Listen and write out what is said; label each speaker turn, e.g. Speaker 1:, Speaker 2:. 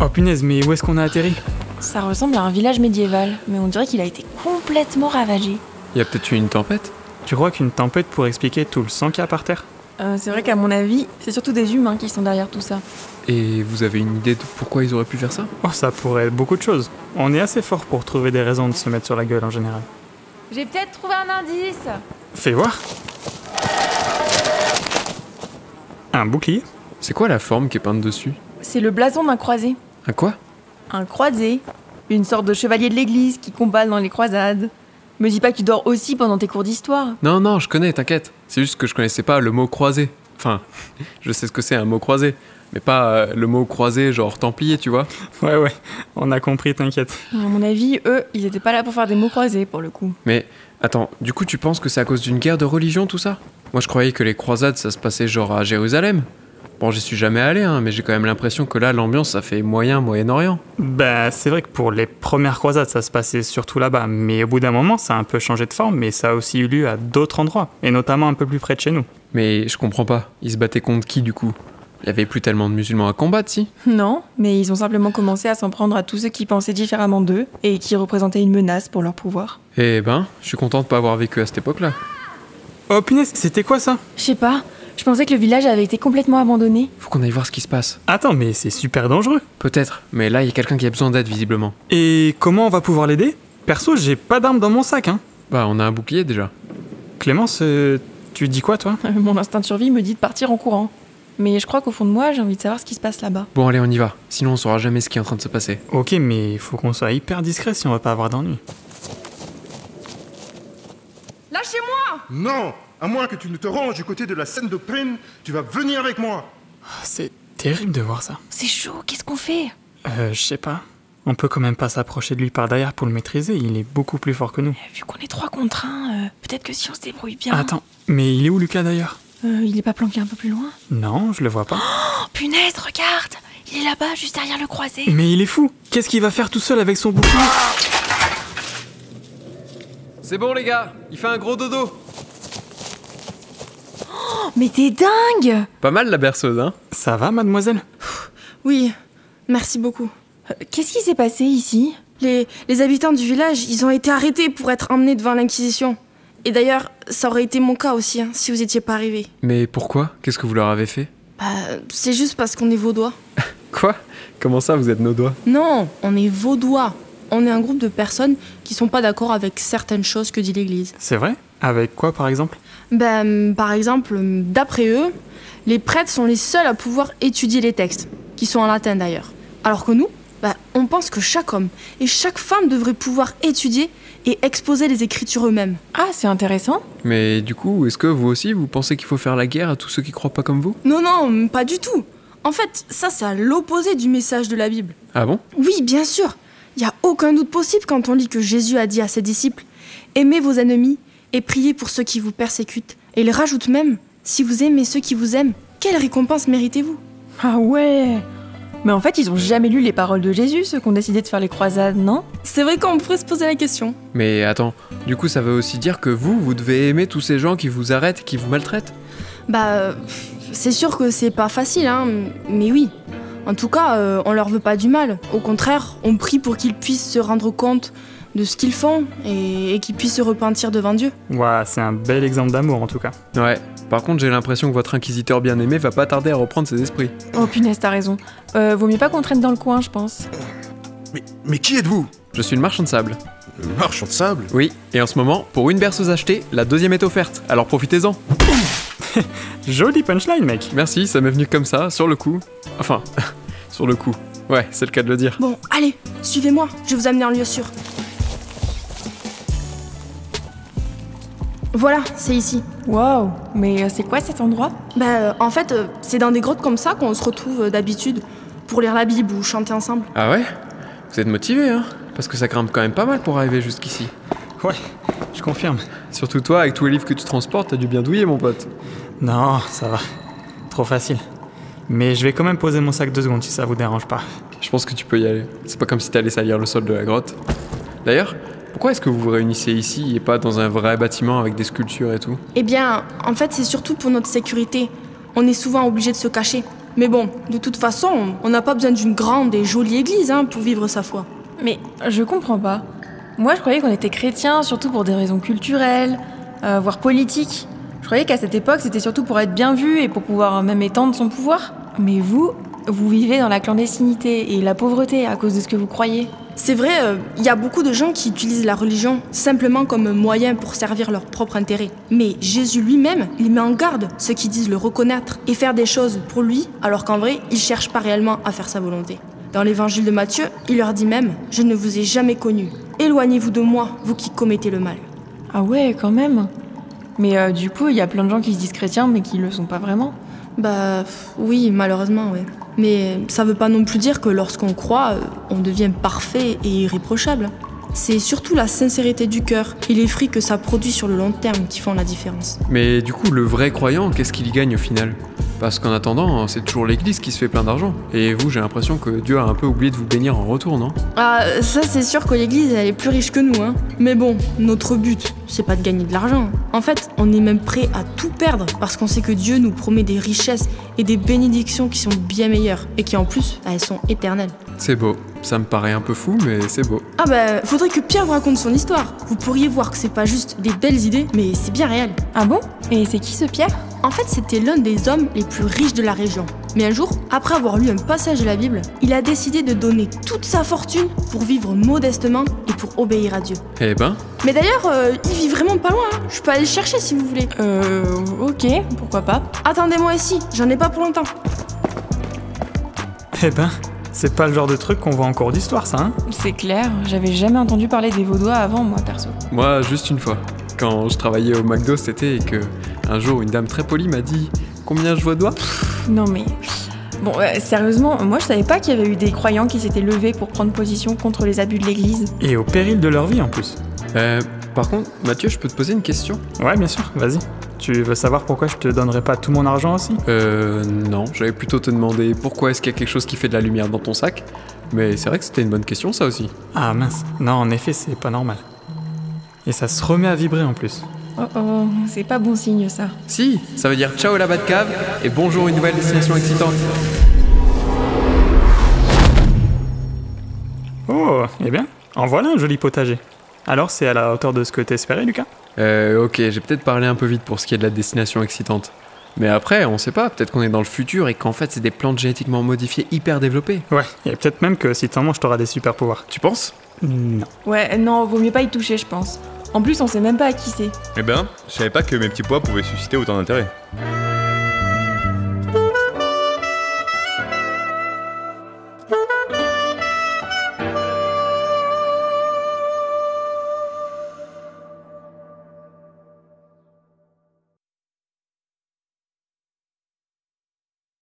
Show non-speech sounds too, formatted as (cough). Speaker 1: Oh punaise, mais où est-ce qu'on a atterri
Speaker 2: Ça ressemble à un village médiéval, mais on dirait qu'il a été complètement ravagé.
Speaker 3: Il y a peut-être eu une tempête
Speaker 1: Tu crois qu'une tempête pourrait expliquer tout le sang qu'il y a par terre
Speaker 2: Euh, c'est vrai qu'à mon avis, c'est surtout des humains qui sont derrière tout ça.
Speaker 3: Et vous avez une idée de pourquoi ils auraient pu faire ça
Speaker 1: Oh, ça pourrait être beaucoup de choses. On est assez fort pour trouver des raisons de se mettre sur la gueule en général.
Speaker 4: J'ai peut-être trouvé un indice.
Speaker 1: Fais voir Un bouclier
Speaker 3: C'est quoi la forme qui est peinte dessus
Speaker 2: C'est le blason d'un croisé.
Speaker 3: Un quoi
Speaker 2: Un croisé Une sorte de chevalier de l'église qui combat dans les croisades. Me dis pas que tu dors aussi pendant tes cours d'histoire.
Speaker 3: Non, non, je connais, t'inquiète. C'est juste que je connaissais pas le mot croisé. Enfin, (laughs) je sais ce que c'est un mot croisé, mais pas euh, le mot croisé genre templier, tu vois.
Speaker 1: Ouais, ouais, on a compris, t'inquiète.
Speaker 2: À mon avis, eux, ils étaient pas là pour faire des mots croisés pour le coup.
Speaker 3: Mais attends, du coup, tu penses que c'est à cause d'une guerre de religion tout ça Moi, je croyais que les croisades ça se passait genre à Jérusalem. Bon, j'y suis jamais allé, hein, mais j'ai quand même l'impression que là, l'ambiance ça fait moyen Moyen-Orient.
Speaker 1: Bah, c'est vrai que pour les premières croisades, ça se passait surtout là-bas, mais au bout d'un moment, ça a un peu changé de forme, mais ça a aussi eu lieu à d'autres endroits, et notamment un peu plus près de chez nous.
Speaker 3: Mais je comprends pas. Ils se battaient contre qui du coup Il y avait plus tellement de musulmans à combattre, si
Speaker 2: Non, mais ils ont simplement commencé à s'en prendre à tous ceux qui pensaient différemment d'eux et qui représentaient une menace pour leur pouvoir.
Speaker 3: Eh ben, je suis content de pas avoir vécu à cette époque-là.
Speaker 1: Oh punaise, c'était quoi ça
Speaker 2: Je sais pas, je pensais que le village avait été complètement abandonné.
Speaker 3: Faut qu'on aille voir ce qui se passe.
Speaker 1: Attends, mais c'est super dangereux
Speaker 3: Peut-être, mais là, il y a quelqu'un qui a besoin d'aide visiblement.
Speaker 1: Et comment on va pouvoir l'aider Perso, j'ai pas d'arme dans mon sac, hein
Speaker 3: Bah, on a un bouclier déjà.
Speaker 1: Clémence, euh, tu dis quoi, toi
Speaker 2: Euh, (laughs) Mon instinct de survie me dit de partir en courant. Mais je crois qu'au fond de moi, j'ai envie de savoir ce qui se passe là-bas.
Speaker 3: Bon, allez, on y va. Sinon, on saura jamais ce qui est en train de se passer.
Speaker 1: Ok, mais faut qu'on soit hyper discret si on va pas avoir d'ennui.
Speaker 4: Lâchez-moi
Speaker 5: Non À moins que tu ne te ranges du côté de la scène de prime, tu vas venir avec moi
Speaker 1: Ah, C'est terrible de voir ça.
Speaker 2: C'est chaud, qu'est-ce qu'on fait
Speaker 1: Euh, je sais pas. On peut quand même pas s'approcher de lui par derrière pour le maîtriser, il est beaucoup plus fort que nous.
Speaker 2: Vu qu'on est trois contre un, euh, peut-être que si on se débrouille bien.
Speaker 1: Attends, mais il est où Lucas d'ailleurs
Speaker 2: Euh, il est pas planqué un peu plus loin
Speaker 1: Non, je le vois (gasps) pas.
Speaker 2: Oh punaise, regarde Il est là-bas, juste derrière le croisé.
Speaker 1: Mais il est fou Qu'est-ce qu'il va faire tout seul avec son bouclier
Speaker 3: C'est bon, les gars, il fait un gros dodo.
Speaker 2: Oh, mais t'es dingue
Speaker 3: Pas mal la berceuse, hein
Speaker 1: Ça va, mademoiselle
Speaker 6: Oui, merci beaucoup.
Speaker 2: Euh, Qu'est-ce qui s'est passé ici
Speaker 6: Les, les habitants du village, ils ont été arrêtés pour être emmenés devant l'Inquisition. Et d'ailleurs, ça aurait été mon cas aussi, hein, si vous étiez pas arrivés.
Speaker 3: Mais pourquoi Qu'est-ce que vous leur avez fait
Speaker 6: Bah, c'est juste parce qu'on est vaudois.
Speaker 3: Quoi Comment ça, vous êtes nos doigts
Speaker 6: Non, on est vaudois. On est un groupe de personnes qui sont pas d'accord avec certaines choses que dit l'Église.
Speaker 1: C'est vrai Avec quoi par exemple
Speaker 6: Ben, par exemple, d'après eux, les prêtres sont les seuls à pouvoir étudier les textes, qui sont en latin d'ailleurs. Alors que nous, ben, on pense que chaque homme et chaque femme devrait pouvoir étudier et exposer les écritures eux-mêmes.
Speaker 2: Ah, c'est intéressant.
Speaker 3: Mais du coup, est-ce que vous aussi, vous pensez qu'il faut faire la guerre à tous ceux qui croient pas comme vous
Speaker 6: Non, non, pas du tout. En fait, ça, c'est à l'opposé du message de la Bible.
Speaker 3: Ah bon
Speaker 6: Oui, bien sûr. Il n'y a aucun doute possible quand on lit que Jésus a dit à ses disciples Aimez vos ennemis et priez pour ceux qui vous persécutent. Et il rajoute même Si vous aimez ceux qui vous aiment, quelle récompense méritez-vous
Speaker 2: Ah ouais Mais en fait, ils ont jamais lu les paroles de Jésus, ceux qui ont décidé de faire les croisades, non
Speaker 6: C'est vrai qu'on pourrait se poser la question.
Speaker 3: Mais attends, du coup, ça veut aussi dire que vous, vous devez aimer tous ces gens qui vous arrêtent, qui vous maltraitent
Speaker 6: Bah, euh, c'est sûr que c'est pas facile, hein, mais oui. En tout cas, euh, on leur veut pas du mal. Au contraire, on prie pour qu'ils puissent se rendre compte de ce qu'ils font et- et qu'ils puissent se repentir devant Dieu.
Speaker 1: Ouah, c'est un bel exemple d'amour en tout cas.
Speaker 3: Ouais. Par contre, j'ai l'impression que votre inquisiteur bien-aimé va pas tarder à reprendre ses esprits.
Speaker 2: Oh punaise, t'as raison. Euh, vaut mieux pas qu'on traîne dans le coin, je pense.
Speaker 5: Mais, mais qui êtes-vous
Speaker 3: Je suis le marchand de sable.
Speaker 5: Le marchand de sable
Speaker 3: Oui, et en ce moment, pour une berceuse achetée, la deuxième est offerte, alors profitez-en.
Speaker 1: Joli punchline, mec
Speaker 3: Merci, ça m'est venu comme ça, sur le coup. Enfin, (laughs) sur le coup. Ouais, c'est le cas de le dire.
Speaker 6: Bon, allez, suivez-moi, je vais vous amener en lieu sûr. Voilà, c'est ici.
Speaker 2: Waouh Mais euh, c'est quoi cet endroit
Speaker 6: Bah, euh, en fait, euh, c'est dans des grottes comme ça qu'on se retrouve euh, d'habitude pour lire la Bible ou chanter ensemble.
Speaker 3: Ah ouais Vous êtes motivé, hein Parce que ça grimpe quand même pas mal pour arriver jusqu'ici.
Speaker 1: Ouais, je confirme.
Speaker 3: Surtout toi, avec tous les livres que tu transportes, t'as dû bien douiller, mon pote.
Speaker 1: Non, ça va. Trop facile. Mais je vais quand même poser mon sac deux secondes si ça vous dérange pas.
Speaker 3: Je pense que tu peux y aller. C'est pas comme si t'allais salir le sol de la grotte. D'ailleurs, pourquoi est-ce que vous vous réunissez ici et pas dans un vrai bâtiment avec des sculptures et tout
Speaker 6: Eh bien, en fait, c'est surtout pour notre sécurité. On est souvent obligé de se cacher. Mais bon, de toute façon, on n'a pas besoin d'une grande et jolie église hein, pour vivre sa foi.
Speaker 2: Mais je comprends pas. Moi, je croyais qu'on était chrétiens, surtout pour des raisons culturelles, euh, voire politiques. Je croyais qu'à cette époque, c'était surtout pour être bien vu et pour pouvoir euh, même étendre son pouvoir. Mais vous, vous vivez dans la clandestinité et la pauvreté à cause de ce que vous croyez.
Speaker 6: C'est vrai, euh, il y a beaucoup de gens qui utilisent la religion simplement comme moyen pour servir leur propre intérêt. Mais Jésus lui-même, il met en garde ceux qui disent le reconnaître et faire des choses pour lui, alors qu'en vrai, il cherche pas réellement à faire sa volonté. Dans l'évangile de Matthieu, il leur dit même Je ne vous ai jamais connu. Éloignez-vous de moi, vous qui commettez le mal.
Speaker 2: Ah ouais, quand même. Mais euh, du coup, il y a plein de gens qui se disent chrétiens, mais qui le sont pas vraiment.
Speaker 6: Bah pff, oui, malheureusement, ouais. Mais ça veut pas non plus dire que lorsqu'on croit, euh, on devient parfait et irréprochable. C'est surtout la sincérité du cœur et les fruits que ça produit sur le long terme qui font la différence.
Speaker 3: Mais du coup, le vrai croyant, qu'est-ce qu'il y gagne au final Parce qu'en attendant, hein, c'est toujours l'église qui se fait plein d'argent. Et vous, j'ai l'impression que Dieu a un peu oublié de vous bénir en retour, non
Speaker 6: Ah, ça c'est sûr que l'église, elle est plus riche que nous, hein. Mais bon, notre but, c'est pas de gagner de l'argent. En fait, on est même prêt à tout perdre parce qu'on sait que Dieu nous promet des richesses et des bénédictions qui sont bien meilleures et qui en plus, bah, elles sont éternelles.
Speaker 3: C'est beau. Ça me paraît un peu fou, mais c'est beau.
Speaker 6: Ah bah, faudrait que Pierre vous raconte son histoire. Vous pourriez voir que c'est pas juste des belles idées, mais c'est bien réel.
Speaker 2: Ah bon Et c'est qui ce Pierre
Speaker 6: En fait, c'était l'un des hommes les plus riches de la région. Mais un jour, après avoir lu un passage de la Bible, il a décidé de donner toute sa fortune pour vivre modestement et pour obéir à Dieu.
Speaker 3: Eh ben,
Speaker 6: Mais d'ailleurs, euh, il vit vraiment pas loin. hein. Je peux aller le chercher si vous voulez.
Speaker 2: Euh, ok, pourquoi pas.
Speaker 6: Attendez-moi ici, j'en ai pas pour longtemps.
Speaker 1: Eh ben, c'est pas le genre de truc qu'on voit en cours d'histoire, ça, hein
Speaker 2: C'est clair, j'avais jamais entendu parler des Vaudois avant, moi, perso.
Speaker 3: moi, juste une fois. Quand je travaillais au McDo, c'était et que un jour, une dame très polie m'a dit Combien je vois doigt
Speaker 2: Non mais... Bon, euh, sérieusement, moi je savais pas qu'il y avait eu des croyants qui s'étaient levés pour prendre position contre les abus de l'Église.
Speaker 1: Et au péril de leur vie, en plus.
Speaker 3: Euh, par contre, Mathieu, je peux te poser une question
Speaker 1: Ouais, bien sûr, vas-y. Tu veux savoir pourquoi je te donnerais pas tout mon argent aussi
Speaker 3: Euh, non, j'allais plutôt te demander pourquoi est-ce qu'il y a quelque chose qui fait de la lumière dans ton sac. Mais c'est vrai que c'était une bonne question, ça aussi.
Speaker 1: Ah mince, non, en effet, c'est pas normal. Et ça se remet à vibrer en plus.
Speaker 2: Oh oh, c'est pas bon signe ça.
Speaker 3: Si, ça veut dire ciao la bas de cave et bonjour une nouvelle destination excitante.
Speaker 1: Oh, eh bien, en voilà un joli potager. Alors, c'est à la hauteur de ce que t'espérais, Lucas
Speaker 3: Euh, ok, j'ai peut-être parlé un peu vite pour ce qui est de la destination excitante. Mais après, on sait pas, peut-être qu'on est dans le futur et qu'en fait c'est des plantes génétiquement modifiées hyper développées.
Speaker 1: Ouais, et peut-être même que si t'en manges, t'auras des super pouvoirs.
Speaker 3: Tu penses
Speaker 1: Non.
Speaker 2: Ouais, non, vaut mieux pas y toucher, je pense. En plus, on sait même pas à qui c'est.
Speaker 7: Eh ben, je savais pas que mes petits pois pouvaient susciter autant d'intérêt.